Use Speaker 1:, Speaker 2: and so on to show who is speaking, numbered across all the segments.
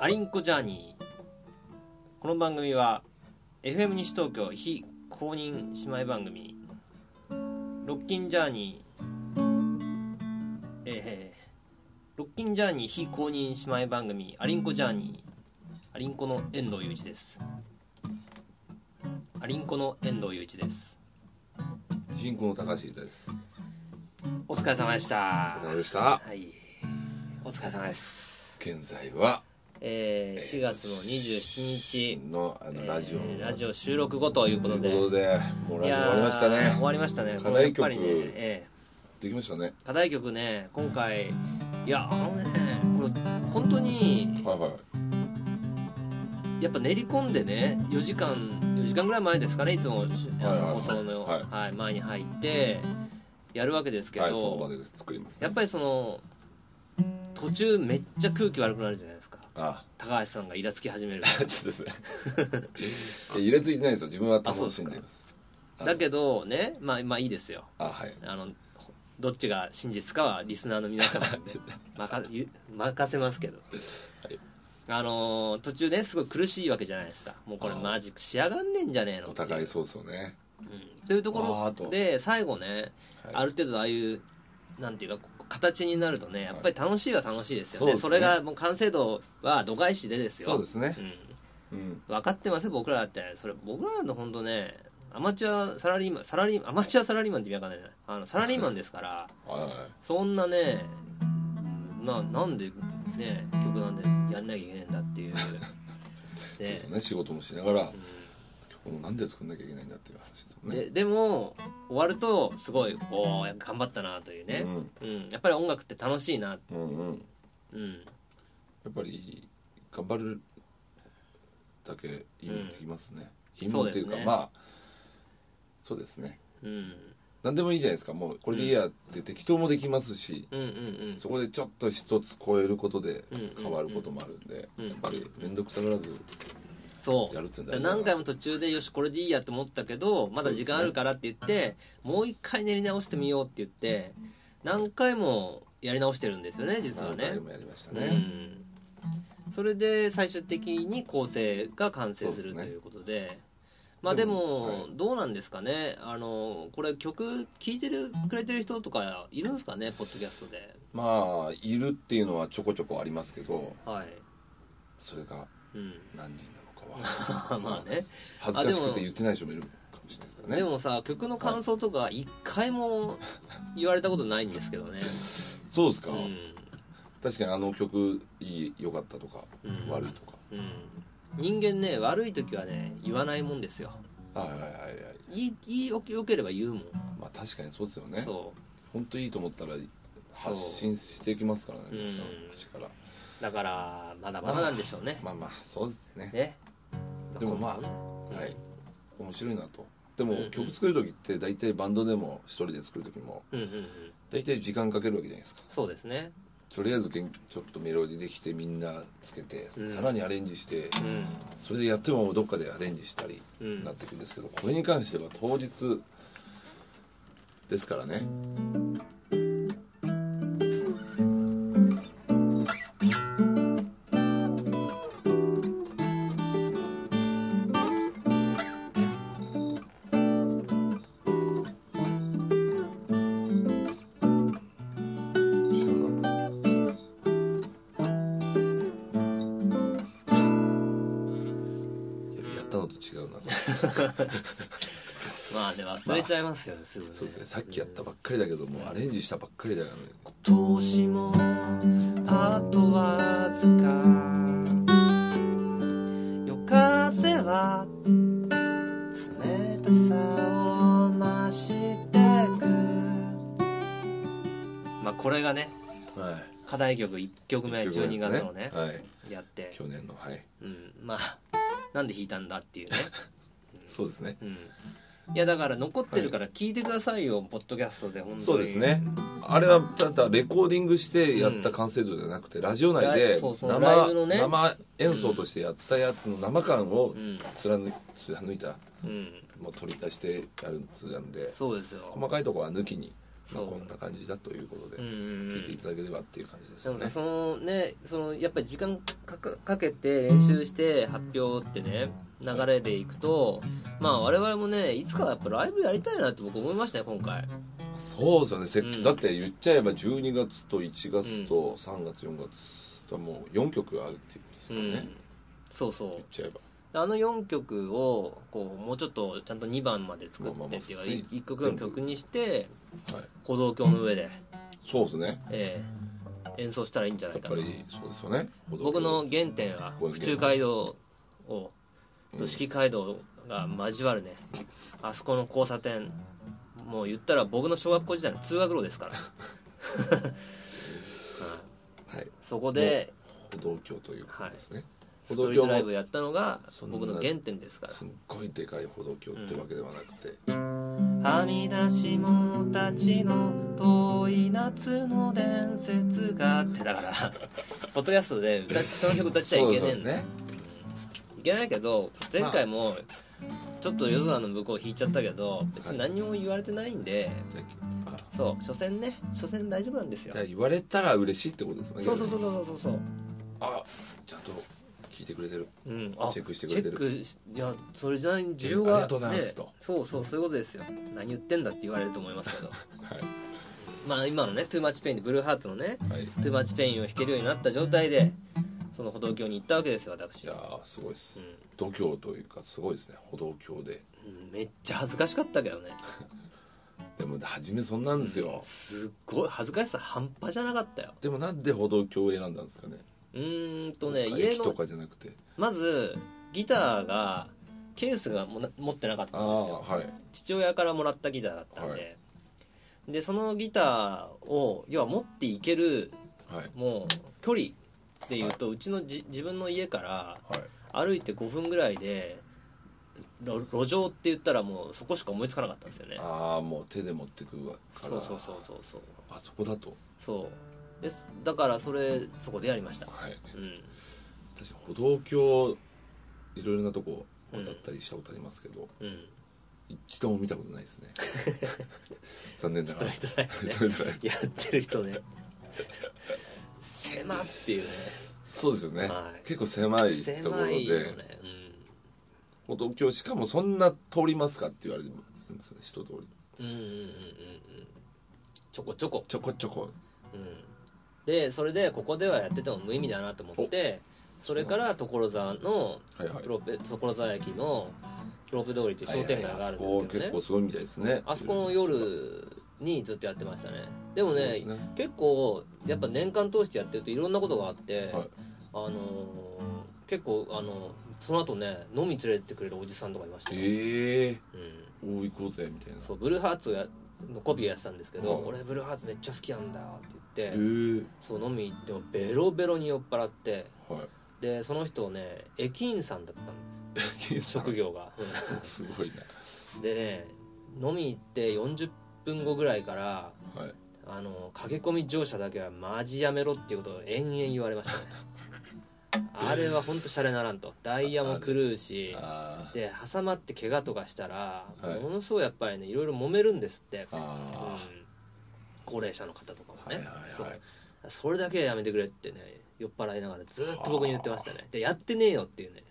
Speaker 1: アリンコジャーニーこの番組は FM 西東京非公認姉妹番組ロッキンジャーニーえー、ロッキンジャーニー非公認姉妹番組アリンコジャーニーアリンコの遠藤雄一ですアリンコの遠藤雄一です
Speaker 2: 進行の高橋優太です。
Speaker 1: お疲れ様でした
Speaker 2: お疲れ様でした。
Speaker 1: はいお疲れ様です
Speaker 2: 現在は、
Speaker 1: えー、4月の27日
Speaker 2: の、あの、ラジオ。
Speaker 1: えーラジオ収録後ということ
Speaker 2: と
Speaker 1: で
Speaker 2: いうことで、もう
Speaker 1: い
Speaker 2: ラジオ終
Speaker 1: やー
Speaker 2: わりましたね
Speaker 1: 終。わりましたね
Speaker 2: 課題曲
Speaker 1: これやっぱりね、え
Speaker 2: できましたね。
Speaker 1: え課題曲ね今回いやあのねこれ本当に
Speaker 2: はいはい。
Speaker 1: やっぱ練り込んでね4時間4時間ぐらい前ですかねいつもあ
Speaker 2: はいはい
Speaker 1: の放送の、
Speaker 2: はい
Speaker 1: はい前に入ってやるわけですけど、
Speaker 2: はい、その場で作ります、
Speaker 1: やっぱりその途中めっちゃ空気悪くなるじゃないですか
Speaker 2: あ
Speaker 1: 高橋さんがイラつき始める
Speaker 2: あ、ちょっとですね。 いや入れついてないですよ。自分は楽しんでいます。あ
Speaker 1: だけどねまあまあいいですよ
Speaker 2: あ、はい。
Speaker 1: あのどっちが真実かはリスナーの皆様に任ゆ任せますけど、
Speaker 2: はい
Speaker 1: あのー途中ねすごい苦しいわけじゃないですかもうこれ
Speaker 2: あー
Speaker 1: マジ仕上がんねんじゃねえの
Speaker 2: お
Speaker 1: ってい、
Speaker 2: 互いうそうそうね。
Speaker 1: うん、というと
Speaker 2: あー
Speaker 1: こ
Speaker 2: あ
Speaker 1: ろ
Speaker 2: と
Speaker 1: で最後ね、
Speaker 2: はい
Speaker 1: ある程度ああいうなんていうかこう形になるとねやっぱり楽しいは楽しいですよね,、
Speaker 2: はい
Speaker 1: そ
Speaker 2: そう
Speaker 1: れ
Speaker 2: ですね
Speaker 1: がもう完成度は度外視でですよ
Speaker 2: そうですね
Speaker 1: う。ん、
Speaker 2: うん。
Speaker 1: 分かってますよ僕らだってそれ僕らの本当ねアマチュアサラリーマンサラリーアマチュアサラリーマンって意味わかんないじゃないあのサラリーマンですから
Speaker 2: はいはい。
Speaker 1: そんなねななんでね曲なんでやんなきゃいけないんだって いうね
Speaker 2: そうですよね。仕事もしながら
Speaker 1: う、ん
Speaker 2: 曲もなんで作んなきゃいけないんだっていう話ですもんね。
Speaker 1: ででも終わるとすごいおお頑張ったなというね、うんやっぱり音楽って楽しいな
Speaker 2: うん。うんうん。
Speaker 1: うん
Speaker 2: やっぱり頑張るだけいいもんできますね、いい
Speaker 1: そ
Speaker 2: も
Speaker 1: うんで
Speaker 2: っ
Speaker 1: す
Speaker 2: て
Speaker 1: ね
Speaker 2: いうかまあそうですね
Speaker 1: うん
Speaker 2: 何でもいいじゃないですかもうこれでいいやって適当もできますし、
Speaker 1: うんうんうん
Speaker 2: そこでちょっと一つ超えることで
Speaker 1: うんうんうん
Speaker 2: 変わることもあるんで、
Speaker 1: うん
Speaker 2: やっぱり面倒くさがらず
Speaker 1: そう
Speaker 2: やるっていうの
Speaker 1: だ
Speaker 2: は
Speaker 1: から何回も途中でよしこれでいいやと思ったけどまだ時間あるからって言ってもう一回練り直してみようって言って何回もやり直してるんですよね実は
Speaker 2: 何
Speaker 1: ね
Speaker 2: 回もやりました
Speaker 1: う
Speaker 2: ね、
Speaker 1: ん、それで最終的に構成が完成す
Speaker 2: そう
Speaker 1: る
Speaker 2: ですね
Speaker 1: ということでまあでも
Speaker 2: でもはい
Speaker 1: どうなんですかねあのこれ曲聴いてるくれてる人とかいるんですかねポッドキャストで
Speaker 2: まあいるっていうのはちょこちょこありますけど
Speaker 1: はい、
Speaker 2: それが
Speaker 1: うん、
Speaker 2: 何人なのかは
Speaker 1: まあね
Speaker 2: 恥ずかしくて言ってない人もいるかもしれないですからね
Speaker 1: でもさ曲の感想とか一回 も言われたことないんですけどね、
Speaker 2: そうですか、
Speaker 1: うん
Speaker 2: 確かにあの曲いい良かったとか、
Speaker 1: うん
Speaker 2: 悪いとか
Speaker 1: うん、人間ね悪い時はね言わないもんですよ
Speaker 2: はいはいはいはい
Speaker 1: いいいいよよければ言うもん、
Speaker 2: まあ確かにそうですよね
Speaker 1: そう
Speaker 2: 本当いいと思ったら
Speaker 1: そう
Speaker 2: 発信していきますからね皆さん
Speaker 1: うん
Speaker 2: 口から
Speaker 1: だからまだまだなんでしょうね
Speaker 2: まあまあそうですね
Speaker 1: ね
Speaker 2: でもまあ
Speaker 1: あ
Speaker 2: はい面白いなとで
Speaker 1: うんう
Speaker 2: も
Speaker 1: ん
Speaker 2: 曲作る時って大体バンドでも一人で作る時も
Speaker 1: うんうんうん
Speaker 2: 大体時間かけるわけじゃないですか
Speaker 1: そうですね
Speaker 2: とりあえずけんちょっとメロディーできてみんなつけて
Speaker 1: うん
Speaker 2: さらにアレンジして
Speaker 1: うん
Speaker 2: それでやってもどっかでアレンジしたり
Speaker 1: うん
Speaker 2: なっていくんですけどこれに関しては当日ですからね知らなかったややったのと違うな
Speaker 1: まあね忘れちゃいますよねすぐね
Speaker 2: そうですねさっきやったばっかりだけどもうアレンジしたばっかりだからね
Speaker 1: 今年もあとわずか夜風は冷たさを増してくまあこれがね
Speaker 2: はい
Speaker 1: 課題曲1曲目
Speaker 2: 一
Speaker 1: 12
Speaker 2: 曲目です
Speaker 1: 月のね
Speaker 2: はい
Speaker 1: やって
Speaker 2: 去年のはい
Speaker 1: うんまあなんで弾いたんだっていうね
Speaker 2: そうですね
Speaker 1: うんいやだから残ってるから聞いてくださいよ、ポッドキャストで本当に
Speaker 2: そうですねあれはただレコーディングしてやった完成度じゃなくて、ラジオ内
Speaker 1: ライ
Speaker 2: で
Speaker 1: そうそうライブ
Speaker 2: 生,、
Speaker 1: のね
Speaker 2: 生演奏としてやったやつの生感を
Speaker 1: うん
Speaker 2: 貫い貫いた
Speaker 1: うん
Speaker 2: もう取り出してやるやつなんで
Speaker 1: そうですよ
Speaker 2: 細かいところは抜きに
Speaker 1: そ
Speaker 2: まあ、
Speaker 1: う
Speaker 2: こんな感じだということで、
Speaker 1: うんうんう
Speaker 2: 聞いてい
Speaker 1: ん
Speaker 2: ただければっていう感じです
Speaker 1: で
Speaker 2: よ
Speaker 1: も
Speaker 2: ね
Speaker 1: ね、そのねそのやっぱり時間かかかけて練習して発表ってね流れでいくとまあ我々もねいつかはやっぱライブやりたいなって僕思いましたね今回
Speaker 2: そうですよねせっ、
Speaker 1: うん
Speaker 2: だって言っちゃえば12月と1月と3月4月ともう4曲あるっていうんです
Speaker 1: う
Speaker 2: よね、
Speaker 1: んそうそ
Speaker 2: 言っちゃえば
Speaker 1: うあの4曲をこうもうちょっとちゃんと2番まで作
Speaker 2: まあま
Speaker 1: っ
Speaker 2: あま
Speaker 1: て
Speaker 2: あ
Speaker 1: っていうか
Speaker 2: 全部
Speaker 1: 1曲の曲にして
Speaker 2: はい
Speaker 1: 歩道橋の上で、
Speaker 2: そうですね
Speaker 1: ええ演奏したらいいんじゃな
Speaker 2: や
Speaker 1: い
Speaker 2: っ
Speaker 1: か
Speaker 2: ぱ
Speaker 1: と
Speaker 2: りそうですよね
Speaker 1: 僕の原点は
Speaker 2: ご意見
Speaker 1: 府中街道を
Speaker 2: うん
Speaker 1: と四季街道が交わるねあそこの交差点もう言ったら僕の小学校時代の通学路ですから、 はい
Speaker 2: はい
Speaker 1: そこで
Speaker 2: 歩道橋ということですね、
Speaker 1: ス
Speaker 2: 歩
Speaker 1: ト
Speaker 2: 道
Speaker 1: リー
Speaker 2: 橋
Speaker 1: トライ
Speaker 2: も
Speaker 1: ブやったのが
Speaker 2: そんな
Speaker 1: 僕の原点ですから
Speaker 2: すっごいでかい歩道橋ってわけではなくて、
Speaker 1: はみ出し者たちの遠い夏の伝説がってだからポッドキャストで歌っその曲歌っちゃいけねえんだよ
Speaker 2: ね
Speaker 1: いけないけど前回もちょっと夜空の向こう引いちゃったけど別に何も言われてないんで
Speaker 2: じゃああ
Speaker 1: そう所詮ね所詮大丈夫なんですよ
Speaker 2: じゃあ言われたら嬉しいってことですね
Speaker 1: そうそうそうそうそうそう
Speaker 2: あちゃんと聞いてくれてる
Speaker 1: うんあ
Speaker 2: チェックしてくれてる
Speaker 1: チェックしいやそれじゃない需要
Speaker 2: あ
Speaker 1: が
Speaker 2: りがとうございますと
Speaker 1: そうそうそういうことですよ何言ってんだって言われると思いますけど
Speaker 2: はい
Speaker 1: まあ今のね「トゥーマッチペイン」でブルーハーツのね
Speaker 2: はい
Speaker 1: 「トゥーマッチペイン」を弾けるようになった状態でその歩道橋に行ったわけですよ私
Speaker 2: いや
Speaker 1: は、
Speaker 2: ーすごいです、
Speaker 1: うん
Speaker 2: 度胸というかすごいですね歩道橋で
Speaker 1: うん、めっちゃ恥ずかしかったけどね
Speaker 2: でも初めそんなんですよ、
Speaker 1: すっごい恥ずかしさ半端じゃなかったよ
Speaker 2: でもなんで歩道橋を選んだんですかね
Speaker 1: うーんとね
Speaker 2: なんか
Speaker 1: 家
Speaker 2: 駅と
Speaker 1: の
Speaker 2: かじゃなくて
Speaker 1: まずギターがケースがもな持ってなかった
Speaker 2: あ
Speaker 1: んです
Speaker 2: あ
Speaker 1: よ
Speaker 2: はい
Speaker 1: 父親からもらったギターだったんで、
Speaker 2: は
Speaker 1: でそのギターを要は持っていける
Speaker 2: はい
Speaker 1: もう距離でいうと、うちのじ自分の家から
Speaker 2: はい
Speaker 1: 歩いて5分ぐらいでろ路上って言ったらもうそこしか思いつかなかったんですよね
Speaker 2: ああもう手で持ってくわか
Speaker 1: そう
Speaker 2: ら
Speaker 1: そうそうそうそう
Speaker 2: あそこだと
Speaker 1: そうですだからそれそこでやりました
Speaker 2: はい
Speaker 1: うん
Speaker 2: 確か歩道橋いろいろなとこ渡ったりしたことありますけど、
Speaker 1: うん
Speaker 2: 一度も見たことないです ね残念な
Speaker 1: ス
Speaker 2: が
Speaker 1: トレ
Speaker 2: ら
Speaker 1: ートライブね
Speaker 2: それぐらい
Speaker 1: やってる人ね狭っていうね
Speaker 2: そうですよね、
Speaker 1: はい
Speaker 2: 結構狭いとこ
Speaker 1: 狭
Speaker 2: ろで
Speaker 1: いよね
Speaker 2: 歩道橋しかもそんな通りますかって言われてますね一通り
Speaker 1: うんうんうんうんうんうんちょこちょこ、
Speaker 2: ちょこちょこ
Speaker 1: うん、でそれでここではやってても無意味だなと思ってそれから所沢の
Speaker 2: はいはい
Speaker 1: プロペ所沢駅のプロペ通りという商店街があるんですけ
Speaker 2: はいはいはいあそこ結
Speaker 1: どね
Speaker 2: 構すごいみたいですね
Speaker 1: あそこの夜にずっとやってましたねでも
Speaker 2: そうで
Speaker 1: ね
Speaker 2: すね
Speaker 1: 結構やっぱ年間通してやってるといろんなことがあって、
Speaker 2: はい
Speaker 1: あのー結構あのその後ね飲み連れてってくれるおじさんとかいましたよ、
Speaker 2: ええ
Speaker 1: うん、
Speaker 2: ー、おい行こうぜみたいな
Speaker 1: そうブルーハーツをやのコピーをやってたんですけど、
Speaker 2: うん
Speaker 1: 俺ブルーハーツめっちゃ好きなんだって言っ
Speaker 2: ええ
Speaker 1: て、そう飲み行ってもベロベロに酔っ払って
Speaker 2: はい
Speaker 1: でその人ね駅員さんだったんです職
Speaker 2: 業
Speaker 1: 業がう
Speaker 2: すごい
Speaker 1: んでね飲み行って40分後ぐらいから
Speaker 2: なはい
Speaker 1: あの駆け込み乗車だけはマジやめろっていうことを延々言われましたね あれは本当シャレならんとダイヤも狂うし
Speaker 2: あー
Speaker 1: で挟まって怪我とかしたら、
Speaker 2: はい
Speaker 1: ものすごいやっぱりねいろいろ揉めるんですって、うん
Speaker 2: あ、
Speaker 1: 高齢者の方とかも
Speaker 2: ー、
Speaker 1: ね、
Speaker 2: はいはいはい
Speaker 1: そうそれだけはやめてくれってね酔っ払いながらずっと僕に言ってましたねでやってねえよっていうね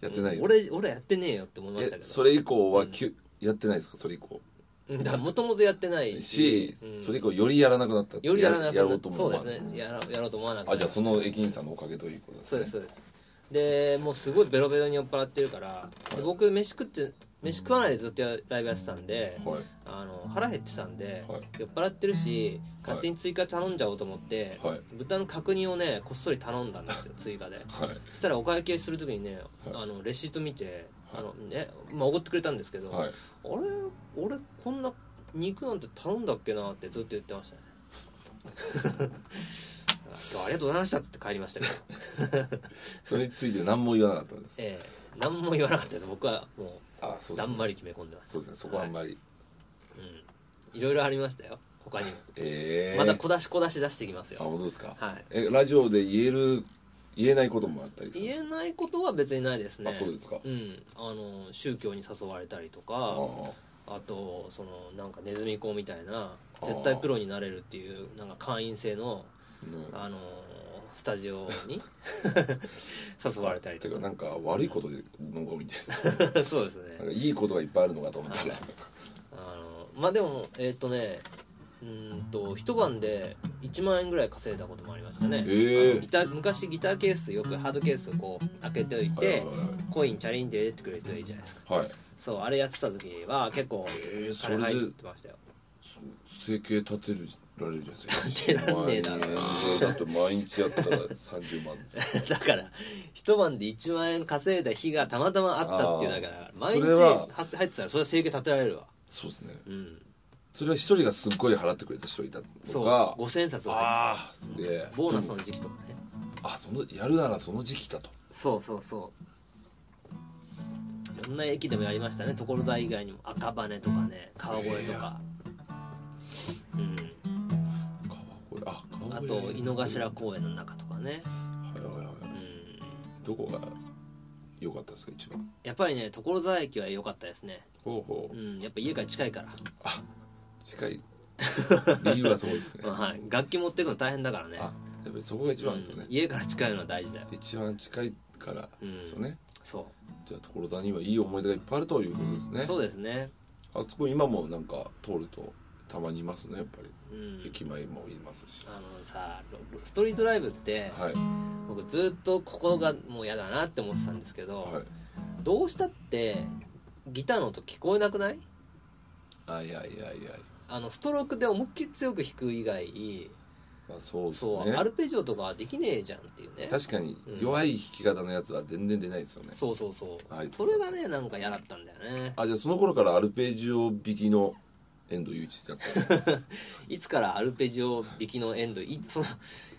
Speaker 2: やってない
Speaker 1: 俺俺やってねえよって思いました
Speaker 2: え
Speaker 1: けど
Speaker 2: それ以降はきゅ、やってないですかそれ以降
Speaker 1: うんだからもともとやってないし
Speaker 2: し、
Speaker 1: うん
Speaker 2: それ以降よりやらなくなった
Speaker 1: よりやらなくな
Speaker 2: やろうと
Speaker 1: そ
Speaker 2: 思
Speaker 1: う
Speaker 2: わ
Speaker 1: で
Speaker 2: な
Speaker 1: すねやろうやろうと思わなくな
Speaker 2: あ
Speaker 1: り
Speaker 2: じゃ
Speaker 1: ま
Speaker 2: あ
Speaker 1: した
Speaker 2: その駅員さんのおかげということです
Speaker 1: そう
Speaker 2: ね
Speaker 1: ですそうですでもうすごいベロベロに酔っ払ってるからで僕飯食って飯食わないでずっとやライブやってたんで
Speaker 2: はい
Speaker 1: あの腹減ってたんで、
Speaker 2: はい
Speaker 1: 酔っ払ってるし勝手に追加頼んじゃおうと思って、
Speaker 2: はい
Speaker 1: 豚の角煮をねこっそり頼んだんですよ追加で
Speaker 2: はい
Speaker 1: そしたらお会計する時にね、
Speaker 2: はい
Speaker 1: あのレシート見て
Speaker 2: はい
Speaker 1: あの、ねまあ、おごってくれたんですけど、
Speaker 2: はい
Speaker 1: あれ俺こんな肉なんて頼んだっけなってずっと言ってましたね 今日ありがとうございましたっつって帰りました けど
Speaker 2: それについて何も言わなかったんです
Speaker 1: ええ何も言わなかったです僕はも
Speaker 2: あそううで
Speaker 1: だ
Speaker 2: すね
Speaker 1: んまり決め込んでました
Speaker 2: そうですねそこはあんまり、
Speaker 1: はいうんいろいろありましたよ他にも
Speaker 2: ええ
Speaker 1: また小出し小出し出してきます
Speaker 2: あ
Speaker 1: よ
Speaker 2: 本当ですか、
Speaker 1: はい
Speaker 2: えラジオで言える言えないこともあったりするんで
Speaker 1: 言えないことは別にないですね
Speaker 2: あそうですか
Speaker 1: うんあの宗教に誘われたりと
Speaker 2: すか
Speaker 1: か
Speaker 2: あ
Speaker 1: あとそのなんかネズミ講みたいな絶対プロになれるっていうなんか会員制の、
Speaker 2: ね
Speaker 1: あのースタジオ に誘われたり
Speaker 2: て
Speaker 1: と
Speaker 2: か
Speaker 1: か
Speaker 2: なんか悪いことのが多いんで す
Speaker 1: そうです
Speaker 2: なん
Speaker 1: ね
Speaker 2: かいいことがいっぱいあるのかと思った ら
Speaker 1: あのまあでもえーっ、とねうーんと一晩で1万円ぐらい稼いだこともありましたね、
Speaker 2: へえ
Speaker 1: あのギター昔ギターケースよくハードケースをこう開けておいて、コインチャリンで入れてくれる人いるじゃないですか
Speaker 2: はいはい
Speaker 1: そうあれやってた時は結構
Speaker 2: えーそれ
Speaker 1: 金
Speaker 2: で
Speaker 1: 入ってましたよ
Speaker 2: 生計立てられるじゃないですか
Speaker 1: 立て らんねえだろ
Speaker 2: お前ねだって毎日やったら30万ですよ
Speaker 1: だから一晩で1万円稼いだ日がたまたまあったっていうだから毎日
Speaker 2: それは
Speaker 1: は入ってたらそれは生計立てられるわ
Speaker 2: そうですね
Speaker 1: うん
Speaker 2: それは一人がすっごい払ってくれた人がいた
Speaker 1: そ
Speaker 2: の
Speaker 1: う
Speaker 2: が
Speaker 1: 5000円札が入って
Speaker 2: ああすげえ
Speaker 1: たボーナスの時期とかね
Speaker 2: あそのやるならその時期だと
Speaker 1: そうそうそういろんな駅でもやりましたね所沢以外にも赤羽とかね川越とか、うん
Speaker 2: 川越あ
Speaker 1: あ
Speaker 2: 川越
Speaker 1: と井の頭公園の中とかね、
Speaker 2: はいはいは
Speaker 1: うん
Speaker 2: い、どこが良かったですか一番
Speaker 1: やっぱりね所沢駅は良かったですね、
Speaker 2: ほうほ
Speaker 1: う、
Speaker 2: うん
Speaker 1: やっぱ家から近いから、
Speaker 2: あ近い理由はそうですね
Speaker 1: まあはい、楽器持ってくの大変だからね
Speaker 2: あやっぱりそこが一番ですよ
Speaker 1: う
Speaker 2: ね
Speaker 1: ん、家から近いのは大事だよ
Speaker 2: 一番近いからですよね、
Speaker 1: そ
Speaker 2: じゃあ所沢にはいい思い出がいっぱいあるということです
Speaker 1: う、
Speaker 2: ね
Speaker 1: そうですね、
Speaker 2: あそこ今もなんか通るとたまにいますねやっぱり、
Speaker 1: うん、
Speaker 2: 駅前もいますし
Speaker 1: あのさロロストリートライブって、
Speaker 2: はい
Speaker 1: 僕ずっとここがもう嫌だなって思ってたんですけど、
Speaker 2: はい
Speaker 1: どうしたってギターの音聞こえなくない
Speaker 2: あいやいやいや、
Speaker 1: あのストロークで思いっきり強く弾く以外
Speaker 2: まあ、そうです
Speaker 1: そう、
Speaker 2: ね
Speaker 1: アルペジオとかできねえじゃんっていうね
Speaker 2: 確かに
Speaker 1: うん
Speaker 2: 弱い弾き方のやつは全然出ないですよね、
Speaker 1: そうそうそう、
Speaker 2: はい
Speaker 1: それがねなんか嫌だったんだよね
Speaker 2: あじゃあその頃からアルペジオ弾きの遠藤雄一だったんだ
Speaker 1: いつからアルペジオ弾きのエンドいその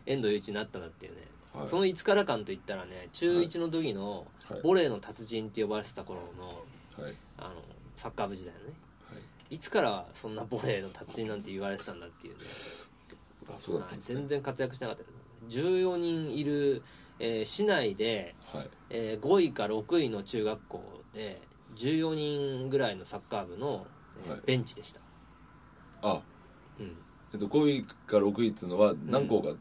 Speaker 1: 遠藤雄一になったなっていうね、
Speaker 2: はい
Speaker 1: そのいつから感といったらね中1の時の
Speaker 2: はい
Speaker 1: ボレーの達人って呼ばれてた頃の
Speaker 2: はいはい
Speaker 1: あのサッカー部時代のねいつからそんなボレーの達人なんて言われてたんだっていうね、
Speaker 2: あそうだっ
Speaker 1: は
Speaker 2: た
Speaker 1: い
Speaker 2: んですね
Speaker 1: 全然活躍しなかったです14人いる、えー市内で、
Speaker 2: はい
Speaker 1: えー5位か6位の中学校で14人ぐらいのサッカー部の、えー
Speaker 2: はい
Speaker 1: ベンチでした、
Speaker 2: あ、
Speaker 1: うん、
Speaker 2: えっと、5位か6位っていうのは何校か、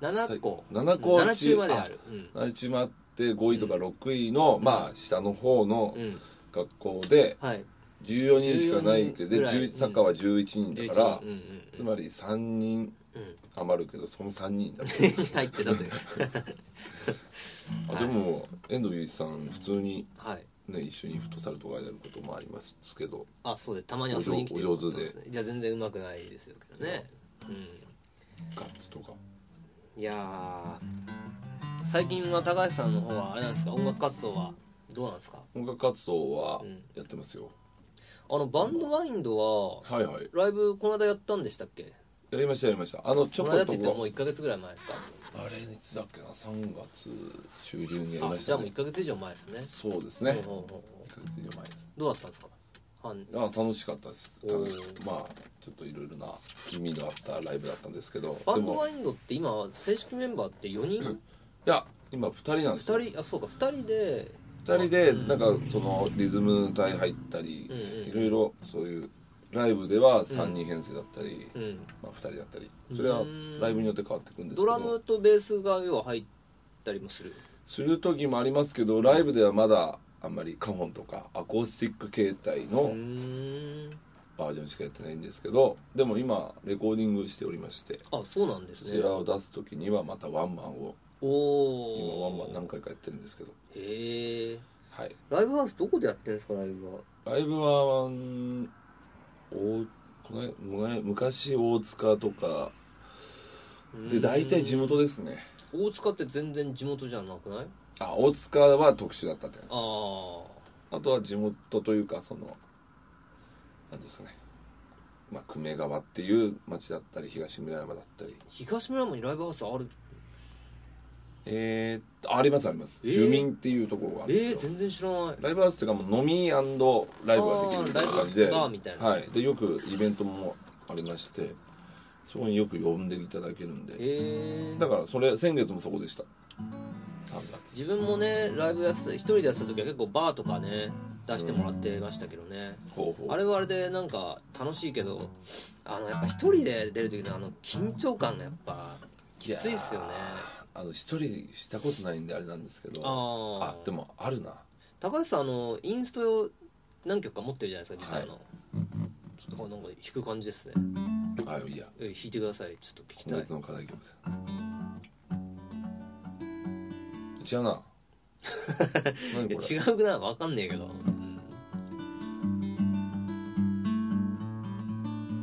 Speaker 1: 7校
Speaker 2: 7校
Speaker 1: 7中まであるうん
Speaker 2: あ7中もあって5位とか6位の、
Speaker 1: うん
Speaker 2: まあ下の方の
Speaker 1: うん
Speaker 2: 学校で
Speaker 1: はい
Speaker 2: 14人しかないけ
Speaker 1: 14ぐ
Speaker 2: どで
Speaker 1: らい
Speaker 2: 11サッカーは11人だから、
Speaker 1: うんうん
Speaker 2: つまり3人
Speaker 1: うんうん
Speaker 2: 余るけどその3人だった
Speaker 1: 入ってたと いう
Speaker 2: あでも遠藤雄一さん普通に
Speaker 1: はい
Speaker 2: ね一緒にフットサルとかやることもありますけど
Speaker 1: あそうですたまに遊びに来てる
Speaker 2: お上手で
Speaker 1: そうすねじゃあ全然うまくないですよけどねうん
Speaker 2: ガッツとか
Speaker 1: いやー最近は高橋さんの方はあれなんですか音楽活動はどうなんですか
Speaker 2: 音楽活動は
Speaker 1: うん
Speaker 2: やってますよ、
Speaker 1: あのバンドワインドは
Speaker 2: はいはい
Speaker 1: ライブこの間やったんでしたっけ
Speaker 2: やりましたやりましたあのちょ
Speaker 1: こ
Speaker 2: こ
Speaker 1: の間って
Speaker 2: っと
Speaker 1: 言ってもも
Speaker 2: こ
Speaker 1: う1か月ぐらい前ですか
Speaker 2: あれいつだっけな3月中旬にやり
Speaker 1: あ
Speaker 2: まし
Speaker 1: じゃ
Speaker 2: た
Speaker 1: あもう1
Speaker 2: ね
Speaker 1: か月以上前ですね
Speaker 2: そうですね
Speaker 1: ほうほうほうほ
Speaker 2: 1ヶ月以上前です
Speaker 1: うどうだったんですかはん
Speaker 2: あ楽しかったです
Speaker 1: おー
Speaker 2: 楽しまあちょっといろいろな意味のあったライブだったんですけど
Speaker 1: バ
Speaker 2: で
Speaker 1: ンド
Speaker 2: も
Speaker 1: ワインドって今正式メンバーって4人
Speaker 2: いや今2人なんですよ
Speaker 1: 2人あそうか2人で
Speaker 2: 2人でなんかそのリズム隊入ったり
Speaker 1: うんうん
Speaker 2: いろいろそういうライブでは3人編成だったり、
Speaker 1: うん
Speaker 2: まあ、2人だったりそれはライブによって変わってくんですけ
Speaker 1: ド
Speaker 2: ど
Speaker 1: ラムとベースが要は入ったりもする
Speaker 2: する時もありますけどライブではまだあんまりカホンとかアコースティック形態
Speaker 1: うー
Speaker 2: の
Speaker 1: ん
Speaker 2: バージョンしかやってないんですけどでも今レコーディングしておりまして
Speaker 1: あそうなんです
Speaker 2: そち
Speaker 1: ね
Speaker 2: らを出す時にはまたワンマンを
Speaker 1: お
Speaker 2: 今ワンマ
Speaker 1: お
Speaker 2: ン何回かやってるんですけど
Speaker 1: へえ
Speaker 2: はい
Speaker 1: ライブハウスどこでやってるんですかライブは
Speaker 2: ライブはうんおこの前昔大塚とか
Speaker 1: うー
Speaker 2: で
Speaker 1: ん
Speaker 2: 大体地元ですね
Speaker 1: 大塚って全然地元じゃなくない
Speaker 2: あ大塚は特殊だったってやつ
Speaker 1: ああ
Speaker 2: あとは地元というかその何ですかねまあ久米川っていう町だったり東村山だったり
Speaker 1: 東村山にライブハウスある
Speaker 2: えーっとありますあります、
Speaker 1: えー
Speaker 2: 住民っていうところがあるん
Speaker 1: え
Speaker 2: で
Speaker 1: ー、
Speaker 2: すよ、
Speaker 1: 全然知らない
Speaker 2: ライブハウスっていうかもう飲みライブができるみたいな感じで
Speaker 1: あーライブバーみたいな
Speaker 2: はい、でよくイベントもありましてそこによく呼んでいただけるんで
Speaker 1: ええ
Speaker 2: だからそれ先月もそこでした3月
Speaker 1: 自分もねライブやってた一人でやってた時は結構バーとかね出してもらってましたけどね、
Speaker 2: ほうほう
Speaker 1: あれはあれでなんか楽しいけどあのやっぱ一人で出る時のあの緊張感がやっぱきついっすよね
Speaker 2: やーあの一人したことないんであれなんですけど
Speaker 1: ああ
Speaker 2: あでもあるな
Speaker 1: 高橋さんあのインストを何曲か持ってるじゃないですかギターの、
Speaker 2: は
Speaker 1: ちょっとなんか弾く感じですね
Speaker 2: あいや
Speaker 1: え弾いてくださいちょっと聞きた
Speaker 2: 今
Speaker 1: い
Speaker 2: 月の課題曲です違う な何
Speaker 1: いや
Speaker 2: これ
Speaker 1: 違うくな分かんねえけど、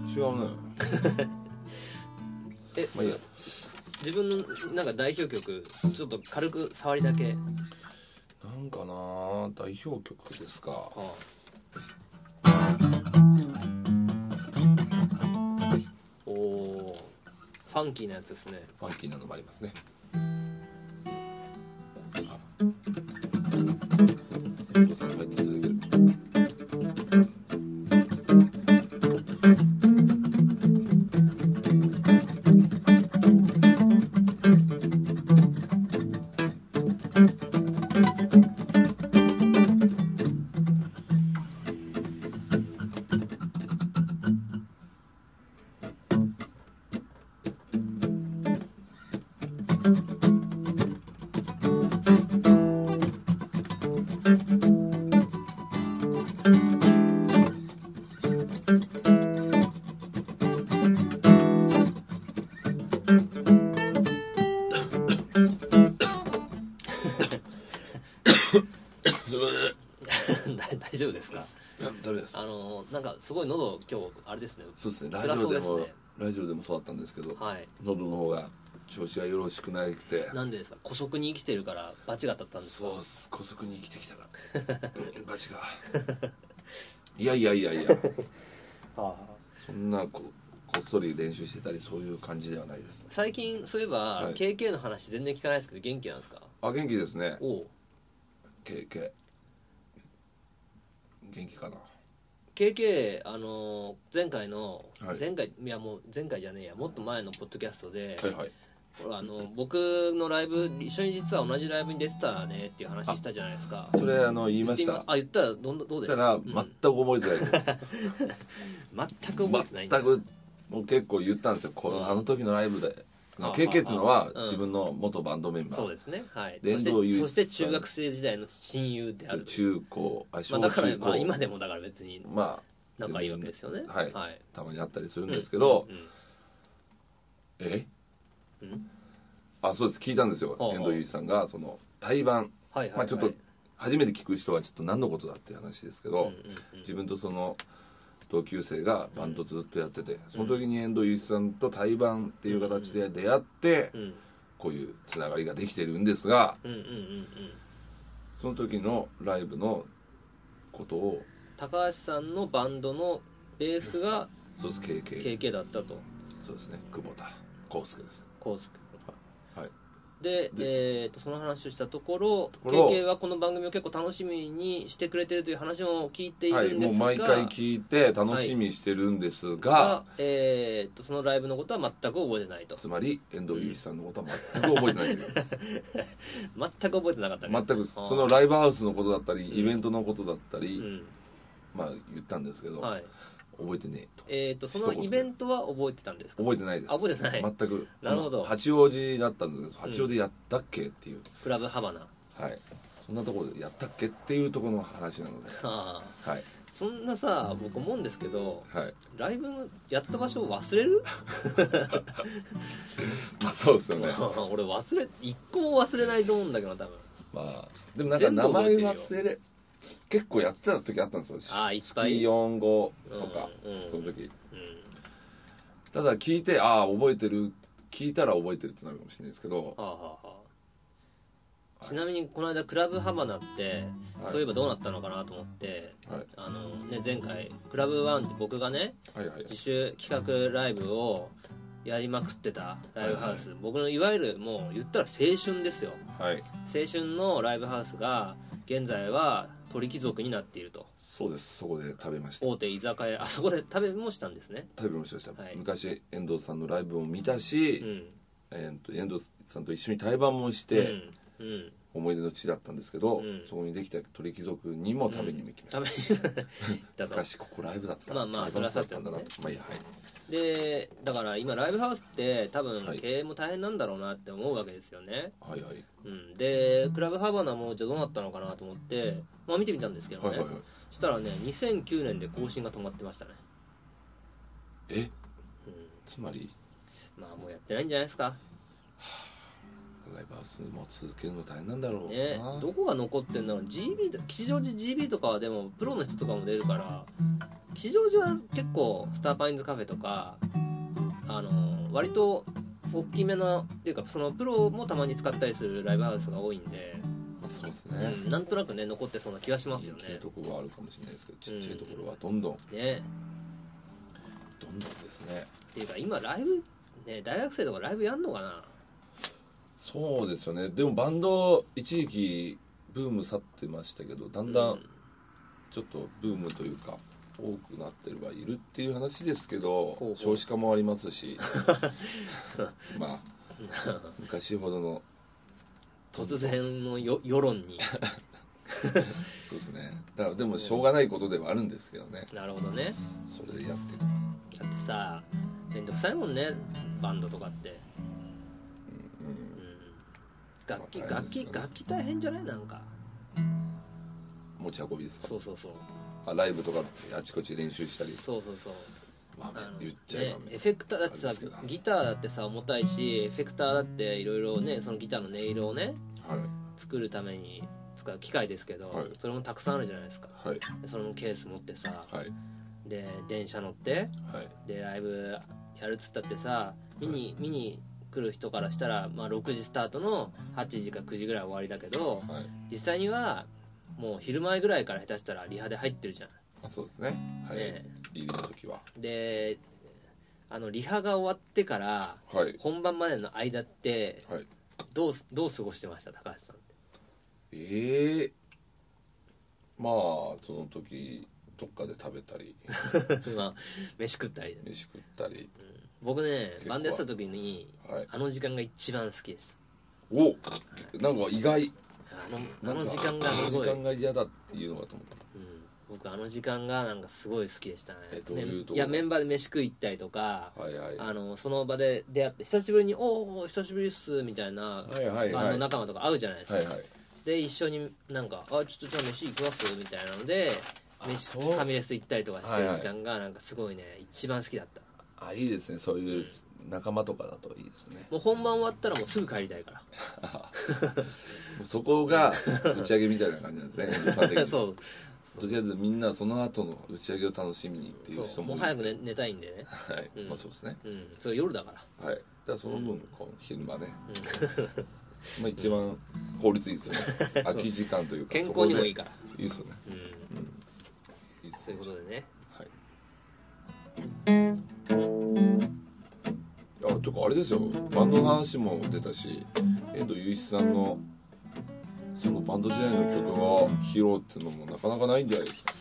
Speaker 2: 違うね
Speaker 1: え、
Speaker 2: まあいいや
Speaker 1: 自分のなんか代表曲ちょっと軽く触りだけ、
Speaker 2: なんかなー代表曲ですか
Speaker 1: はあ、おおファンキーなやつですね
Speaker 2: ファンキーなのもありますねあお父さんに入っていただけるすいま
Speaker 1: 大大丈夫ですか
Speaker 2: せんいやダメです
Speaker 1: あのなんかすごい喉今日あれですね
Speaker 2: そうですねラジ
Speaker 1: 辛そ
Speaker 2: オ
Speaker 1: う
Speaker 2: で
Speaker 1: です
Speaker 2: も
Speaker 1: ね
Speaker 2: ラジオでもそうだったんですけど
Speaker 1: はい
Speaker 2: 喉の方が調子がよろしくなくて
Speaker 1: なんでですか姑息に生きてるからバチが当たったんですか
Speaker 2: そうっす姑息に生きてきたからうんバチがいやいやいやいや
Speaker 1: はあ
Speaker 2: そんなここっそり練習してたりそういう感じではないです
Speaker 1: 最近そういえば、
Speaker 2: はい
Speaker 1: KK の話全然聞かないですけど元気なんですか
Speaker 2: あ元気ですね
Speaker 1: おお
Speaker 2: KK 元気かな
Speaker 1: KK あのー前回の、
Speaker 2: はい
Speaker 1: 前回いやもう前回じゃねえやもっと前のポッドキャストで、
Speaker 2: はいはい
Speaker 1: ほらあの僕のライブ一緒に実は同じライブに出てたねっていう話したじゃないですか
Speaker 2: それあの言いま
Speaker 1: で
Speaker 2: した
Speaker 1: 今あ言ったらどんどどうで
Speaker 2: そした
Speaker 1: す
Speaker 2: ら
Speaker 1: か、
Speaker 2: 全く覚えてない
Speaker 1: うん全く覚えてないんだ
Speaker 2: 全くもう結構言ったんですよこ
Speaker 1: うん
Speaker 2: のあの時のライブで
Speaker 1: あ
Speaker 2: KK っていうのは
Speaker 1: うん
Speaker 2: 自分の元バンドメンバ
Speaker 1: そう
Speaker 2: ー
Speaker 1: ですねはいそ
Speaker 2: 電動
Speaker 1: して
Speaker 2: 唯一
Speaker 1: そして中学生時代の親友である
Speaker 2: 中高あ
Speaker 1: ま
Speaker 2: 小
Speaker 1: あ、だから、
Speaker 2: 中
Speaker 1: まあ、
Speaker 2: 高
Speaker 1: 今でもだから別に
Speaker 2: まあ
Speaker 1: 仲いいわけですよね
Speaker 2: はい
Speaker 1: はい、
Speaker 2: たまにあったりするんですけど
Speaker 1: うんうん
Speaker 2: え
Speaker 1: うんうん
Speaker 2: あそうです聞いたんですよ
Speaker 1: ああ
Speaker 2: 遠藤祐一さんがその対バン
Speaker 1: はいはい、はい
Speaker 2: まあちょっと初めて聞く人はちょっと何のことだっていう話ですけ
Speaker 1: うん
Speaker 2: ど、
Speaker 1: うんうん
Speaker 2: 自分とその同級生がバンドずっとやってて、その時に遠藤祐一さんと対バンっていう形で出会って、
Speaker 1: うん
Speaker 2: こういうつながりができてるんですが
Speaker 1: うんうんうんうん
Speaker 2: その時のライブのことを
Speaker 1: 高橋さんのバンドのベースが
Speaker 2: そうです KK
Speaker 1: KK だったと
Speaker 2: そうですね久保田康介です
Speaker 1: コウス
Speaker 2: はい
Speaker 1: でえー、とその話をしたところ
Speaker 2: ころ
Speaker 1: KK はこの番組を結構楽しみにしてくれてるという話も聞いてい
Speaker 2: は
Speaker 1: る
Speaker 2: い
Speaker 1: んで
Speaker 2: もう
Speaker 1: すが、
Speaker 2: 毎回聞いて楽しみにしてるんですが、
Speaker 1: が、えー、とそのライブのことは全く覚えてないと
Speaker 2: つまり遠藤祐一さんのことは全く覚えてないという
Speaker 1: 全く覚えてなかったね
Speaker 2: 全く
Speaker 1: あー
Speaker 2: そのライブハウスのことだったり、
Speaker 1: ん
Speaker 2: イベントのことだったり、
Speaker 1: うん
Speaker 2: まあ言ったんですけど、
Speaker 1: はい
Speaker 2: 覚えてねえと
Speaker 1: えー、とそのイベントは覚えてたんですか
Speaker 2: 覚えてないです
Speaker 1: あ覚えてない
Speaker 2: 全く
Speaker 1: なるほど
Speaker 2: その八王子だったんですけど八王子やったっけっていう、
Speaker 1: クラブハバナ
Speaker 2: はいそんなところでやったっけっていうところの話なので
Speaker 1: あー
Speaker 2: はい
Speaker 1: そんなさ僕思うんですけど
Speaker 2: はい
Speaker 1: ライブのやった場所を忘れる
Speaker 2: まあそうですよね
Speaker 1: 俺忘れ一個も忘れないと思うんだけど多分
Speaker 2: まあでもなんか
Speaker 1: 全部
Speaker 2: 名
Speaker 1: 覚
Speaker 2: 前
Speaker 1: えてるよ
Speaker 2: 忘れ結構やってた時あったんですよ
Speaker 1: あーいっぱい
Speaker 2: 月4号とか、
Speaker 1: うんうん
Speaker 2: その時
Speaker 1: うん
Speaker 2: ただ聞いてああ覚えてる聞いたら覚えてるってなるかもしれないですけ
Speaker 1: は
Speaker 2: ど
Speaker 1: あはあはあちなみにこの間クラブハバナって、
Speaker 2: はい
Speaker 1: そういえばどうなったのかなと思って
Speaker 2: はい
Speaker 1: あの、ね、前回クラブワンって僕がね
Speaker 2: はいはい
Speaker 1: 自主企画ライブをやりまくってたライブハウス、僕のいわゆるもう言ったら青春ですよ
Speaker 2: はい
Speaker 1: 青春のライブハウスが現在は鳥貴族になっていると
Speaker 2: そうですそこで食べました
Speaker 1: 大手居酒屋あそこで食べもしたんですね
Speaker 2: 食べましたした、
Speaker 1: はい
Speaker 2: 昔遠藤さんのライブも見たし、
Speaker 1: うん
Speaker 2: えーと遠藤さんと一緒に対バンもして、
Speaker 1: うんうん
Speaker 2: 思い出の地だったんですけど、
Speaker 1: うん
Speaker 2: そこにできた鳥貴族にも食べにも行きました、
Speaker 1: 食べに行ったぞ
Speaker 2: 昔ここライブだった
Speaker 1: まあまあ
Speaker 2: ライブハウスだったんだな
Speaker 1: それは
Speaker 2: とまあいいやはい
Speaker 1: でだから今ライブハウスって多分
Speaker 2: はい
Speaker 1: 経営も大変なんだろうなって思うわけですよね、
Speaker 2: はいはい
Speaker 1: うん、でクラブハバナもじゃあどうなったのかなと思って、まあ、見てみたんですけどね、
Speaker 2: はいはいはい
Speaker 1: そしたらね2009年で更新が止まってましたね、
Speaker 2: え
Speaker 1: うん、
Speaker 2: つまり
Speaker 1: まあもうやってないんじゃないですか
Speaker 2: ライブハウスも続けるの大変なんだろうな、
Speaker 1: ねどこが残ってんだろう GB と吉祥寺 GB とかはでもプロの人とかも出るから吉祥寺は結構スターパインズカフェとかあの割と大きめなっていうかそのプロもたまに使ったりするライブハウスが多いんで、
Speaker 2: まあ、そうです
Speaker 1: う
Speaker 2: ね、
Speaker 1: ん、なんとなくね残ってそうな気がしますよ
Speaker 2: 大きい
Speaker 1: ね
Speaker 2: ところはあるかもしれないですけどちっちゃいところはどんどん、
Speaker 1: ね
Speaker 2: どんどんですね
Speaker 1: っていうか今ライブね大学生とかライブやんのかな
Speaker 2: そうですよねでもバンド一時期ブーム去ってましたけどだんだ
Speaker 1: うん
Speaker 2: んちょっとブームというか多くなってはいるっていう話ですけど
Speaker 1: ほうほう
Speaker 2: 少子化もありま すしまあ昔ほどの
Speaker 1: 突然のよ世論 に
Speaker 2: そうですねだからでもしょうがないことではあるんですけどね
Speaker 1: なるほどね
Speaker 2: それでやってる
Speaker 1: だってさめんどくさいもんねバンドとかって
Speaker 2: うん
Speaker 1: 楽器、
Speaker 2: まあ大変
Speaker 1: 楽器
Speaker 2: ですよね
Speaker 1: 楽器大変じゃないなんか
Speaker 2: 持ち運びですか
Speaker 1: そうそうそう
Speaker 2: あライブとかあちこち練習したり
Speaker 1: そうそうそう
Speaker 2: まあ
Speaker 1: あの
Speaker 2: 言っちゃえば
Speaker 1: ね
Speaker 2: め
Speaker 1: エフェクターだって
Speaker 2: あ
Speaker 1: さ
Speaker 2: れですけど
Speaker 1: ギターだってさ重たいしエフェクターだっていろいろねそのギターの音色をね
Speaker 2: はい
Speaker 1: 作るために使う機械ですけど、
Speaker 2: はい
Speaker 1: それもたくさんあるじゃないですか
Speaker 2: はい
Speaker 1: でそのケース持ってさ
Speaker 2: はい
Speaker 1: で電車乗って
Speaker 2: はい
Speaker 1: でライブやるっつったってさ見に見に来る人からしたら、まあ、6時スタートの8時か9時ぐらい終わりだけど
Speaker 2: はい
Speaker 1: 実際にはもう昼前ぐらいから下手したらリハで入ってるじゃん、
Speaker 2: あそうですねはい、
Speaker 1: ね
Speaker 2: 入りの時は
Speaker 1: であのリハが終わってから
Speaker 2: はい
Speaker 1: 本番までの間って
Speaker 2: はい
Speaker 1: どうどう過ごしてました高橋さ んって
Speaker 2: ええまあその時どっかで食べたり
Speaker 1: まあ飯食ったりで
Speaker 2: 飯食ったり
Speaker 1: 僕ね
Speaker 2: 結構
Speaker 1: バンドやってた時に
Speaker 2: はい
Speaker 1: あの時間が一番好きでし
Speaker 2: おなんか意外
Speaker 1: たあの
Speaker 2: な
Speaker 1: あの
Speaker 2: んか
Speaker 1: 時間がすごい
Speaker 2: あの時、間が嫌だっていうのかと思った
Speaker 1: うん僕あの時間がなんかすごい好きでしたね
Speaker 2: えどういうとこ
Speaker 1: めんやメンバーで飯食い行ったりとか、
Speaker 2: はいはい
Speaker 1: あのその場で出会って久しぶりに「おお久しぶりっす」みたいな
Speaker 2: はいはい
Speaker 1: バン
Speaker 2: は
Speaker 1: ド
Speaker 2: い
Speaker 1: 仲間とか会うじゃないですか、
Speaker 2: はいはい
Speaker 1: で一緒になんか「あちょっとじゃあ飯行きます」みたいなので飯フ
Speaker 2: そう
Speaker 1: ァミレス行ったりとかしてる
Speaker 2: はいはい
Speaker 1: 時間がなんかすごいね、一番好きだった
Speaker 2: あいいですねそういう仲間とかだといいですね
Speaker 1: もう本番終わったらもうすぐ帰りたいか
Speaker 2: もうそ こが打ち上げみたいな感じなんですね一般的
Speaker 1: ら
Speaker 2: に
Speaker 1: そう
Speaker 2: とりあえずみんなその後の打ち上げを楽しみにっていう
Speaker 1: そ
Speaker 2: 人
Speaker 1: うも
Speaker 2: も
Speaker 1: う
Speaker 2: 多い
Speaker 1: 早く
Speaker 2: で
Speaker 1: 寝寝たいんでね
Speaker 2: すねはい、
Speaker 1: うん
Speaker 2: まあそうですね
Speaker 1: うんそれ夜だから
Speaker 2: はいだからその分こう昼間ね
Speaker 1: うん
Speaker 2: まあ、一番効率いいですよね空き時間というか
Speaker 1: 健康にもいい
Speaker 2: か
Speaker 1: から
Speaker 2: いいですよね
Speaker 1: うん
Speaker 2: いいです
Speaker 1: そういうことでね
Speaker 2: はいあとかあれですよバンドの話も出たし遠藤雄一さんのそのバンド時代の曲を披露っていうのもなかなかないんじゃないですか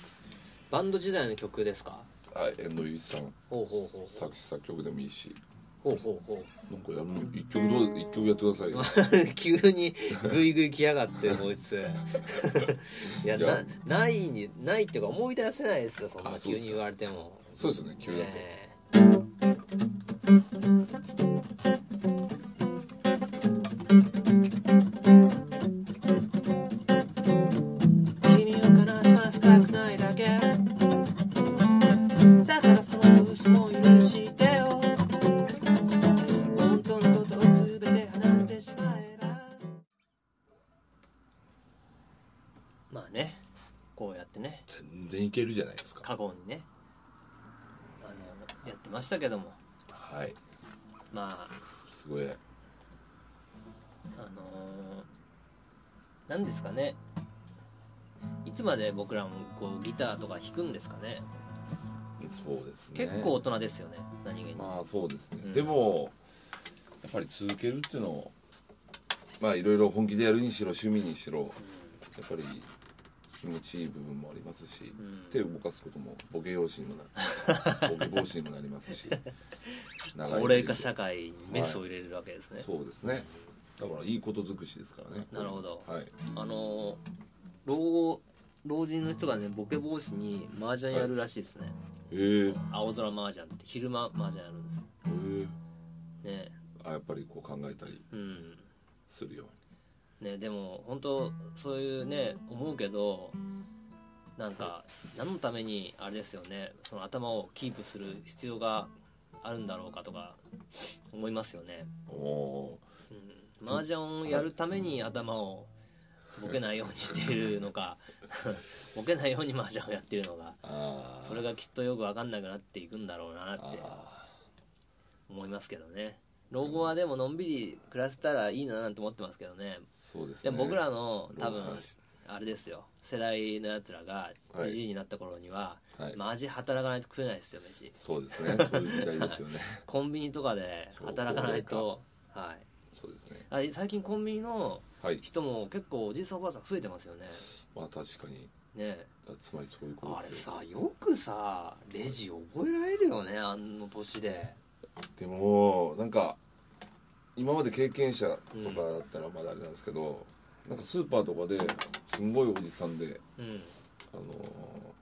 Speaker 1: バンド時代の曲ですか
Speaker 2: はい遠藤雄一さん
Speaker 1: ほうほうほう
Speaker 2: 作詞作曲でもいいし
Speaker 1: ほうほうほう
Speaker 2: なんかやるの一曲どう一曲やってくださいよ
Speaker 1: 急にグイグイ来やがってこいつ いや
Speaker 2: いや
Speaker 1: なないにないっていうか思い出せないですよそんな
Speaker 2: あそう
Speaker 1: 急
Speaker 2: ですか
Speaker 1: に言われても
Speaker 2: そうですよね急だと、
Speaker 1: ええ君を悲しませたくないだけだからその嘘を許してよ本当のことを全て話してしまえばまあねこうやってね
Speaker 2: 全然いけるじゃないですか
Speaker 1: 過去にねあのやってましたけども
Speaker 2: はい
Speaker 1: ま
Speaker 2: すごい
Speaker 1: ああのー、なんですかねいつまで僕らもこうギターとか弾くんですかね
Speaker 2: そうですね
Speaker 1: 結構大人ですよね何気に、
Speaker 2: まあそうですね、
Speaker 1: うん
Speaker 2: でもやっぱり続けるっていうのをまあいろいろ本気でやるにしろ趣味にしろやっぱり気持ちいい部分もありますし
Speaker 1: うんうん
Speaker 2: 手を動かすこともボケ用紙にもなるボケ防止にもなり ますし
Speaker 1: 高齢化社会にメスを入れるわけですね、
Speaker 2: そうですねだからいいこと尽くしですからね
Speaker 1: なるほど
Speaker 2: はい
Speaker 1: あの老老人の人がねボケ防止に麻雀やるらしいですね、
Speaker 2: えー、
Speaker 1: 青空麻雀って昼間麻雀やるんで
Speaker 2: えー、
Speaker 1: すね
Speaker 2: あやっぱりこう考えたり
Speaker 1: うん
Speaker 2: するよ
Speaker 1: ねでも本当そういうね思うけどなんか何のためにあれですよねその頭をキープする必要があるんだろうかとか思いますよね、
Speaker 2: うにお
Speaker 1: うん、麻雀をやるために頭をボケないようにしているのか ボケないように麻雀をやってるのか
Speaker 2: ーあー
Speaker 1: それがきっとよく分かんなくなっていくんだろうなって
Speaker 2: あ
Speaker 1: 思いますけどね老後はでものんびり暮らせたらいいななんて思ってますけどね
Speaker 2: ーそうです
Speaker 1: で
Speaker 2: ね
Speaker 1: も僕らの多
Speaker 2: 老後
Speaker 1: 分
Speaker 2: 話
Speaker 1: あれですよ世代のやつらが
Speaker 2: はい
Speaker 1: じじいになった頃には、
Speaker 2: はい、
Speaker 1: マジ働かないと食えないですよ飯
Speaker 2: そうです ねそういう時代ですよね
Speaker 1: コンビニとかで働かないとはい
Speaker 2: そうですね
Speaker 1: あ最近コンビニの
Speaker 2: はい
Speaker 1: 人も結構おじいさんおばあさん増えてますよね
Speaker 2: まあ確かに
Speaker 1: ねえ
Speaker 2: あつまりそういうこと
Speaker 1: あれ
Speaker 2: ですよ
Speaker 1: さよくさレジ覚えられるよねあの年で
Speaker 2: でもなんか今まで経験者とかだったらまだあれなんですけど、なんかスーパーとかですんごいおじさんで
Speaker 1: うん
Speaker 2: あのー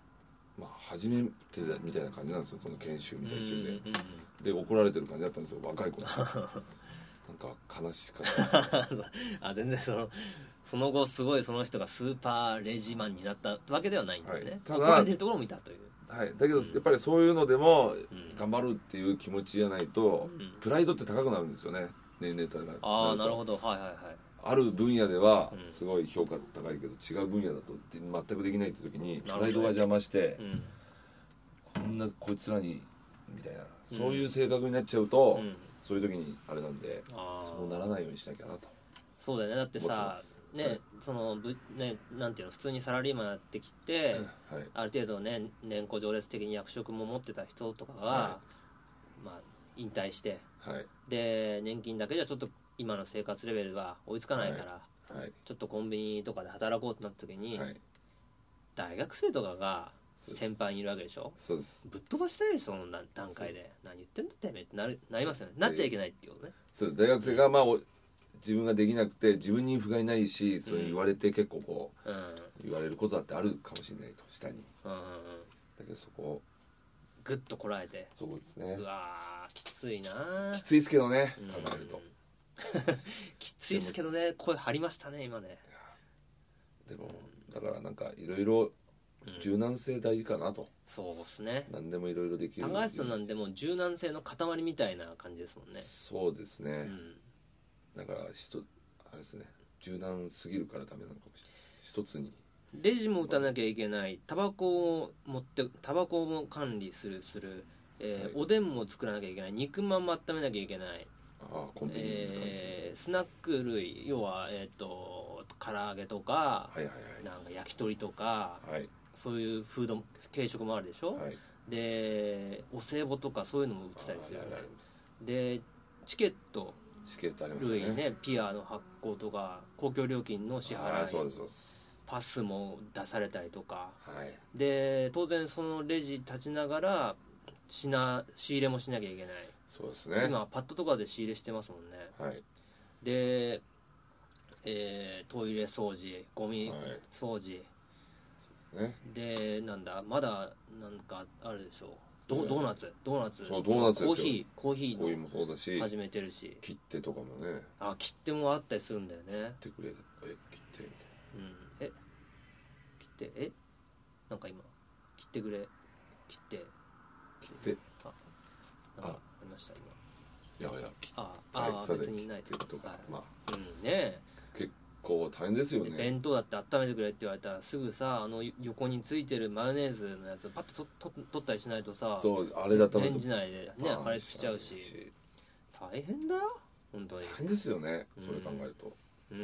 Speaker 2: まあ初めてだみたいな感じなんですよその研修
Speaker 1: う
Speaker 2: み
Speaker 1: ん
Speaker 2: たいな中
Speaker 1: う
Speaker 2: で、
Speaker 1: ん
Speaker 2: で怒られてる感じだったんですよ若 い子になんか悲しかった
Speaker 1: あ全然そのその後すごいその人がスーパーレジマンになったわけではないんですね、
Speaker 2: はいただ
Speaker 1: 怒られてるところもいたという、
Speaker 2: はい、だけどやっぱりそういうのでも
Speaker 1: うん
Speaker 2: 頑張るっていう気持ちじゃないと、
Speaker 1: うん
Speaker 2: プライドって高くなるんですよね年齢高くなると
Speaker 1: ああなるほどはいはいはい
Speaker 2: ある分野では
Speaker 1: うん
Speaker 2: すごい評価高いけど、違う分野だとで全くできないって時にプ
Speaker 1: なるほどね
Speaker 2: ライドが邪魔して
Speaker 1: う、ん
Speaker 2: こんなこいつらにみたいな、
Speaker 1: うん
Speaker 2: そういう性格になっちゃうと、
Speaker 1: うん
Speaker 2: そういう時にあれなんで
Speaker 1: あ
Speaker 2: そう
Speaker 1: ー
Speaker 2: ならないようにしなきゃなと
Speaker 1: そうだよねだってさ
Speaker 2: 思ってますは
Speaker 1: ね
Speaker 2: い
Speaker 1: そのぶねなんていうの普通にサラリーマンやってきて
Speaker 2: はい
Speaker 1: ある程度ね年功序列的に役職も持ってた人とかは、
Speaker 2: は
Speaker 1: まあ引退して
Speaker 2: はい
Speaker 1: で年金だけじゃちょっと今の生活レベルは追いつかないから、
Speaker 2: はい
Speaker 1: ちょっとコンビニとかで働こうってなった時に、
Speaker 2: はい
Speaker 1: 大学生とかが
Speaker 2: そう
Speaker 1: 先輩にいるわけでしょ
Speaker 2: そうです
Speaker 1: ぶっ飛ばしたいでしょそのな段階で何言ってんだてめえってなるなりますよねなっちゃいけないっていうことね
Speaker 2: そうです大学生がまあお自分ができなくて自分に不甲斐ないしそれ言われて結構こ
Speaker 1: うん
Speaker 2: う言われることだってあるかもしれないと下に
Speaker 1: うんうんうん
Speaker 2: だけどそこを
Speaker 1: グッとこらえて
Speaker 2: そこですね
Speaker 1: うわーきついなー
Speaker 2: きついですけどね
Speaker 1: うん
Speaker 2: 考えると
Speaker 1: きついですけどね声張りましたね今ね、
Speaker 2: でもだからなんかいろいろ
Speaker 1: うん
Speaker 2: 柔軟性大事かなと
Speaker 1: そうですね
Speaker 2: 何でもいろいろできる
Speaker 1: 高橋さんなんてもう柔軟性の塊みたいな感じですもんね
Speaker 2: そうですね、
Speaker 1: うん
Speaker 2: だから人あれですね柔軟すぎるからダメなのかもしれない一つに
Speaker 1: レジも打たなきゃいけないタバコを持ってタバコも管理するする、えー
Speaker 2: はい
Speaker 1: おでんも作らなきゃいけない肉まんも温めなきゃいけない、
Speaker 2: ああコンビニに感じ、
Speaker 1: えースナック類要はえっ、と唐揚げとか、
Speaker 2: はいはい
Speaker 1: なんか焼き鳥とか
Speaker 2: はい
Speaker 1: そういうフード軽食もあるでしょ、
Speaker 2: はいはい
Speaker 1: でお歳暮とかそういうのも売ってたりするよ
Speaker 2: あああ
Speaker 1: ね
Speaker 2: あ
Speaker 1: でチケット
Speaker 2: チケットあります
Speaker 1: 類
Speaker 2: ね
Speaker 1: ねピアの発行とか公共料金の支
Speaker 2: ああそう
Speaker 1: 払
Speaker 2: で
Speaker 1: い
Speaker 2: すそうです
Speaker 1: パスも出されたりとか
Speaker 2: はい
Speaker 1: で当然そのレジ立ちながら品仕入れもしなきゃいけない
Speaker 2: そうですね
Speaker 1: 今パッドとかで仕入れしてますもんね
Speaker 2: はい
Speaker 1: で、えートイレ掃除ゴミ
Speaker 2: はい
Speaker 1: 掃除、
Speaker 2: そうですね
Speaker 1: でなんだまだなんかあるでしょド
Speaker 2: うん
Speaker 1: ドーナツドーナツ
Speaker 2: そうドーナツですよ
Speaker 1: コーヒーコーヒー
Speaker 2: こういう
Speaker 1: の
Speaker 2: もそうだし
Speaker 1: 始めてるし
Speaker 2: 切手とかもね
Speaker 1: あ切手もあったりするんだよね
Speaker 2: 切ってくれえ切手み
Speaker 1: うんえ切手えなんか今切ってくれ切手
Speaker 2: たいな切
Speaker 1: なんかあ
Speaker 2: あ
Speaker 1: りました今
Speaker 2: 手いやいや切
Speaker 1: あ
Speaker 2: は
Speaker 1: あ
Speaker 2: い
Speaker 1: ー
Speaker 2: そうで
Speaker 1: 別にない
Speaker 2: 手とか、
Speaker 1: はい
Speaker 2: まあ
Speaker 1: うんね
Speaker 2: 結構大変ですよ
Speaker 1: で
Speaker 2: ね
Speaker 1: 弁当だって温めてくれって言われたらすぐさあの横についてるマヨネーズのやつパッととと取ったりしないとさ
Speaker 2: そうあれだった
Speaker 1: レンジ内でね
Speaker 2: ま
Speaker 1: 破裂しちゃうし大変だよ本当に
Speaker 2: 大変ですよね
Speaker 1: うん
Speaker 2: それ考えると
Speaker 1: うん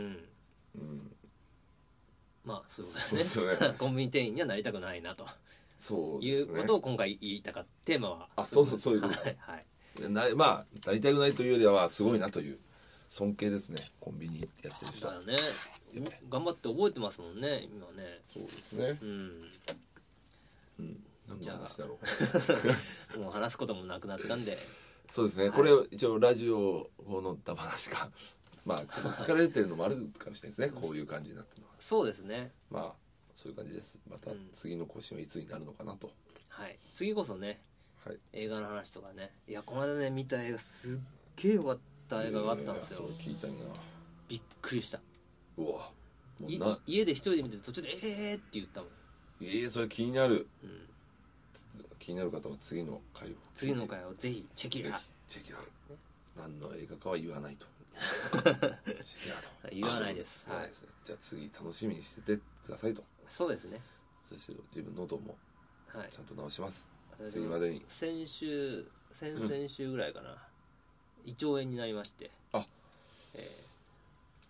Speaker 2: うん
Speaker 1: まあそういうこと
Speaker 2: そう
Speaker 1: で
Speaker 2: ですす
Speaker 1: ね
Speaker 2: よ ね
Speaker 1: コンビニ店員にはなりたくないなと
Speaker 2: そう
Speaker 1: い
Speaker 2: で
Speaker 1: う
Speaker 2: すね
Speaker 1: ことを今回言いたかったテーマは
Speaker 2: あそうそうそういう
Speaker 1: は
Speaker 2: こ
Speaker 1: い
Speaker 2: と
Speaker 1: はい
Speaker 2: なまあなりたくないというよりはすごいなという尊敬ですねコンビニやってる人
Speaker 1: だよね頑張って覚えてますもんね今ね
Speaker 2: そうですね
Speaker 1: うん
Speaker 2: うん何
Speaker 1: じ
Speaker 2: の
Speaker 1: ゃあ
Speaker 2: 話だろう
Speaker 1: もう話すこともなくなったんで
Speaker 2: そうですね
Speaker 1: はい
Speaker 2: これ一応ラジオのだ話かまあちょっと疲れてるのもあるかもしれないですねこういう感じになってるのは
Speaker 1: そうですね
Speaker 2: まあそういう感じですまた
Speaker 1: うん
Speaker 2: 次の更新はいつになるのかなと、
Speaker 1: はい次こそね
Speaker 2: はい
Speaker 1: 映画の話とかねいやこの間ね見た映画すっげえ良かった映画があったんですよ
Speaker 2: いやいやそれ聞いたいな
Speaker 1: びっくりした
Speaker 2: うわも
Speaker 1: いう
Speaker 2: な
Speaker 1: 家で一人で見てて途中で「ええー!」って言ったもん、
Speaker 2: ええそれ気になる
Speaker 1: うん、
Speaker 2: 気になる方は次の回を
Speaker 1: 次の回をぜひチェキ
Speaker 2: ぜ
Speaker 1: ラ
Speaker 2: ひチェキラ何の映画かは言わな いとチェキラと
Speaker 1: 言わないです
Speaker 2: 言わないですねじゃあ次楽しみにしててくださいと
Speaker 1: そうですね
Speaker 2: そして自分の喉も
Speaker 1: はい
Speaker 2: ちゃんと直します、
Speaker 1: 私
Speaker 2: 次ま
Speaker 1: も
Speaker 2: でに
Speaker 1: 先週先々週ぐらいかな、胃腸炎になりまして
Speaker 2: あ
Speaker 1: え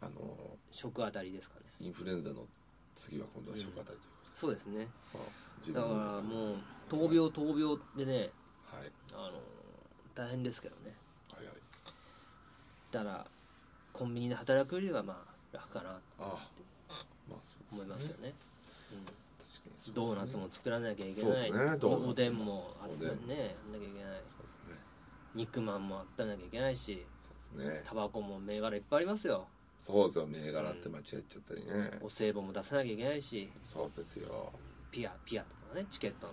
Speaker 2: あの
Speaker 1: ー食あたりですかね
Speaker 2: ーインフルエンザの次は今度は食あたりという
Speaker 1: そうですね
Speaker 2: か、まあ自
Speaker 1: だ
Speaker 2: 分
Speaker 1: か
Speaker 2: の
Speaker 1: らもう闘病闘病でね
Speaker 2: はい
Speaker 1: あのー大変ですけどね
Speaker 2: はいはい
Speaker 1: だからコンビニで働くよりはまあ楽かなと
Speaker 2: ああまあそう
Speaker 1: 思います
Speaker 2: ね
Speaker 1: よね、うん
Speaker 2: 確かにそうですね
Speaker 1: ドーナツも作らなきゃいけ
Speaker 2: そうで
Speaker 1: ない、
Speaker 2: すねドーナツ
Speaker 1: おでんもあっ
Speaker 2: おで
Speaker 1: た
Speaker 2: ん
Speaker 1: ねあんなきゃいけない
Speaker 2: そうですね
Speaker 1: 肉まんもあったなきゃいけないし
Speaker 2: そうですね
Speaker 1: タバコも銘柄いっぱいありますよ
Speaker 2: そうですよ銘柄って間違えちゃったりね、
Speaker 1: お歳暮も出さなきゃいけないし
Speaker 2: そうですよ
Speaker 1: ピアピアとかねチケットの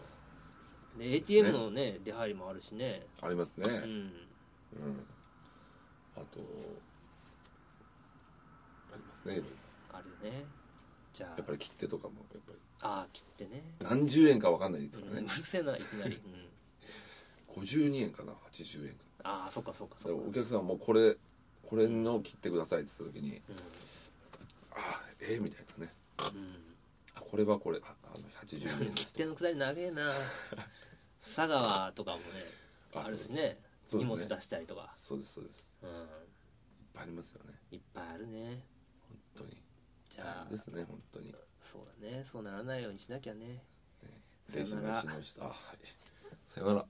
Speaker 1: で ATM のね出入りもあるしね
Speaker 2: ありますね、
Speaker 1: うん
Speaker 2: うん、あとありますねいろいろ
Speaker 1: あるよねじゃ
Speaker 2: やっぱり切手とかもやっぱり
Speaker 1: あああ切ってね
Speaker 2: 何十円か分かんないとか
Speaker 1: うんう
Speaker 2: ね
Speaker 1: る、せえないきなり、うん、
Speaker 2: 52円かな80円か
Speaker 1: ああそっかそっかそ
Speaker 2: で
Speaker 1: っか
Speaker 2: お客さんもこれこれの切ってくださいって言った時に
Speaker 1: うん
Speaker 2: ああええみたいなね
Speaker 1: うん
Speaker 2: あこれはこれああの80円で
Speaker 1: 切
Speaker 2: す
Speaker 1: 手のくだり長え な佐川とかもね
Speaker 2: あ
Speaker 1: あるしね
Speaker 2: そう
Speaker 1: 荷
Speaker 2: で
Speaker 1: 物
Speaker 2: すね
Speaker 1: 出したりとか
Speaker 2: そうですそうですいっ
Speaker 1: うん
Speaker 2: ぱいありますよね
Speaker 1: いっぱいあるね
Speaker 2: 本当に
Speaker 1: じゃあ
Speaker 2: ですね本当に
Speaker 1: そうだねそうならないようにしなきゃね
Speaker 2: 青春
Speaker 1: さよなら
Speaker 2: のうちの人あはいさよなら